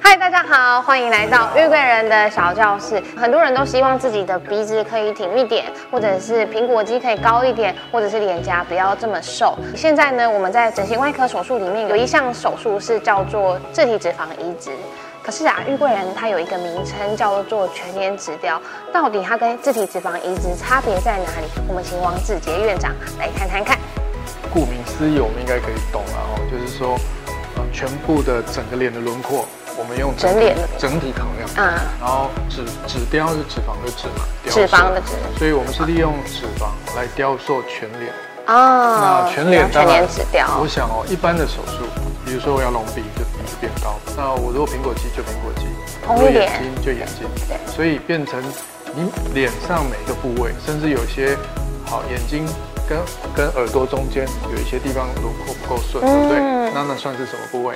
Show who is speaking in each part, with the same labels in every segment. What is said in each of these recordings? Speaker 1: 嗨，大家好，欢迎来到玉贵人的小教室。很多人都希望自己的鼻子可以挺一点，或者是苹果肌可以高一点，或者是脸颊不要这么瘦。现在呢，我们在整形外科手术里面有一项手术是叫做自体脂肪移植。可是啊，玉桂人它有一个名称叫做全脸植雕，到底它跟自体脂肪移植差别在哪里？我们请王志杰院长来谈谈看。
Speaker 2: 顾名思义，我们应该可以懂了哦，就是说，呃，全部的整个脸的轮廓，我们用
Speaker 1: 整脸的
Speaker 2: 整体考量，
Speaker 1: 嗯，
Speaker 2: 然后脂脂雕是脂肪的脂嘛，雕塑
Speaker 1: 脂肪的脂
Speaker 2: 所以我们是利用脂肪来雕塑全脸。
Speaker 1: 哦
Speaker 2: 那全脸
Speaker 1: 全
Speaker 2: 当然
Speaker 1: 脸植雕
Speaker 2: 我，想哦，一般的手术，比如说我要隆鼻，就鼻子变高；那我如果苹果肌就苹果肌，
Speaker 1: 红
Speaker 2: 我有
Speaker 1: 脸
Speaker 2: 眼睛就眼睛
Speaker 1: 对，
Speaker 2: 所以变成你脸上每个部位，甚至有些好眼睛跟跟耳朵中间有一些地方轮廓不够顺，对不对
Speaker 1: 嗯？
Speaker 2: 那那算是什么部位？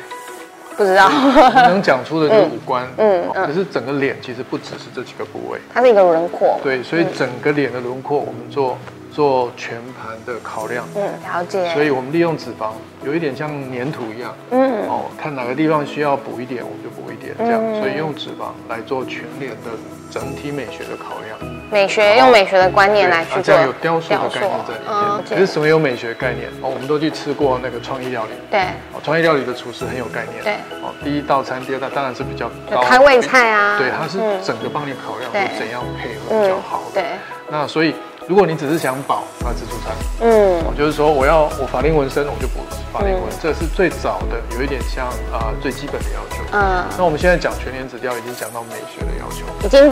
Speaker 1: 不 知道，
Speaker 2: 你能讲出的就是五官，
Speaker 1: 嗯
Speaker 2: 嗯，
Speaker 1: 嗯
Speaker 2: 可是整个脸其实不只是这几个部位，
Speaker 1: 它是一个轮廓。
Speaker 2: 对，所以整个脸的轮廓我们做做全盘的考量，
Speaker 1: 嗯，了解。
Speaker 2: 所以我们利用脂肪，有一点像粘土一样，
Speaker 1: 嗯，
Speaker 2: 哦，看哪个地方需要补一点，我们就补一点，这样，
Speaker 1: 嗯
Speaker 2: 所以用脂肪来做全脸的整体美学的考量，
Speaker 1: 美学用美学的观念来去
Speaker 2: 啊
Speaker 1: 做
Speaker 2: 这样有雕塑的概念在里
Speaker 1: 嗯
Speaker 2: 面。，可是
Speaker 1: 对
Speaker 2: 什么有美学概念？哦，我们都去吃过那个创意料理，
Speaker 1: 对，
Speaker 2: 哦，创意料理的厨师很有概念，
Speaker 1: 对，
Speaker 2: 哦，第一道餐、第二道当然是比较
Speaker 1: 就
Speaker 2: 高，
Speaker 1: 开胃菜啊，
Speaker 2: 对，它是
Speaker 1: 嗯
Speaker 2: 整个帮你考量
Speaker 1: 对嗯
Speaker 2: 你怎样配合比较好的。
Speaker 1: 对，
Speaker 2: 那所以如果你只是想饱，那自助餐，
Speaker 1: 嗯
Speaker 2: 哦，就是说我要我法令纹深，我就补法令纹
Speaker 1: 嗯，
Speaker 2: 这是最早的，有一点像啊、呃最基本的要求。
Speaker 1: 嗯，
Speaker 2: 那我们现在讲全脸指雕，已经讲到美学的要求，
Speaker 1: 已经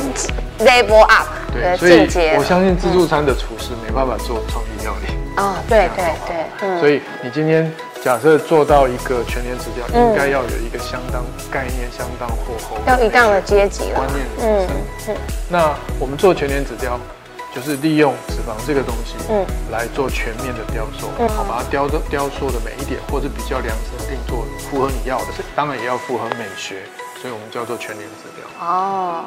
Speaker 1: level up 的
Speaker 2: 所以
Speaker 1: 境界
Speaker 2: 我
Speaker 1: 了。嗯
Speaker 2: 相信自助餐的厨师没办法做创意料理，
Speaker 1: 哦，对对对，嗯，
Speaker 2: 所以你今天假设做到一个全脸指雕，
Speaker 1: 嗯
Speaker 2: 应该要有一个相当概念、相当火候的
Speaker 1: 要一样的
Speaker 2: 美学
Speaker 1: 阶级了
Speaker 2: 观。念。
Speaker 1: 嗯
Speaker 2: 嗯，
Speaker 1: 嗯
Speaker 2: 那我们做全脸指雕，就是利用脂肪这个东西，
Speaker 1: 嗯
Speaker 2: 嗯，来做全面的雕塑，
Speaker 1: 嗯
Speaker 2: 好，把它雕的雕塑的每一点，或是比较量身定做，符合你要的，当然也要符合美学，所以我们叫做全脸指雕。
Speaker 1: 哦，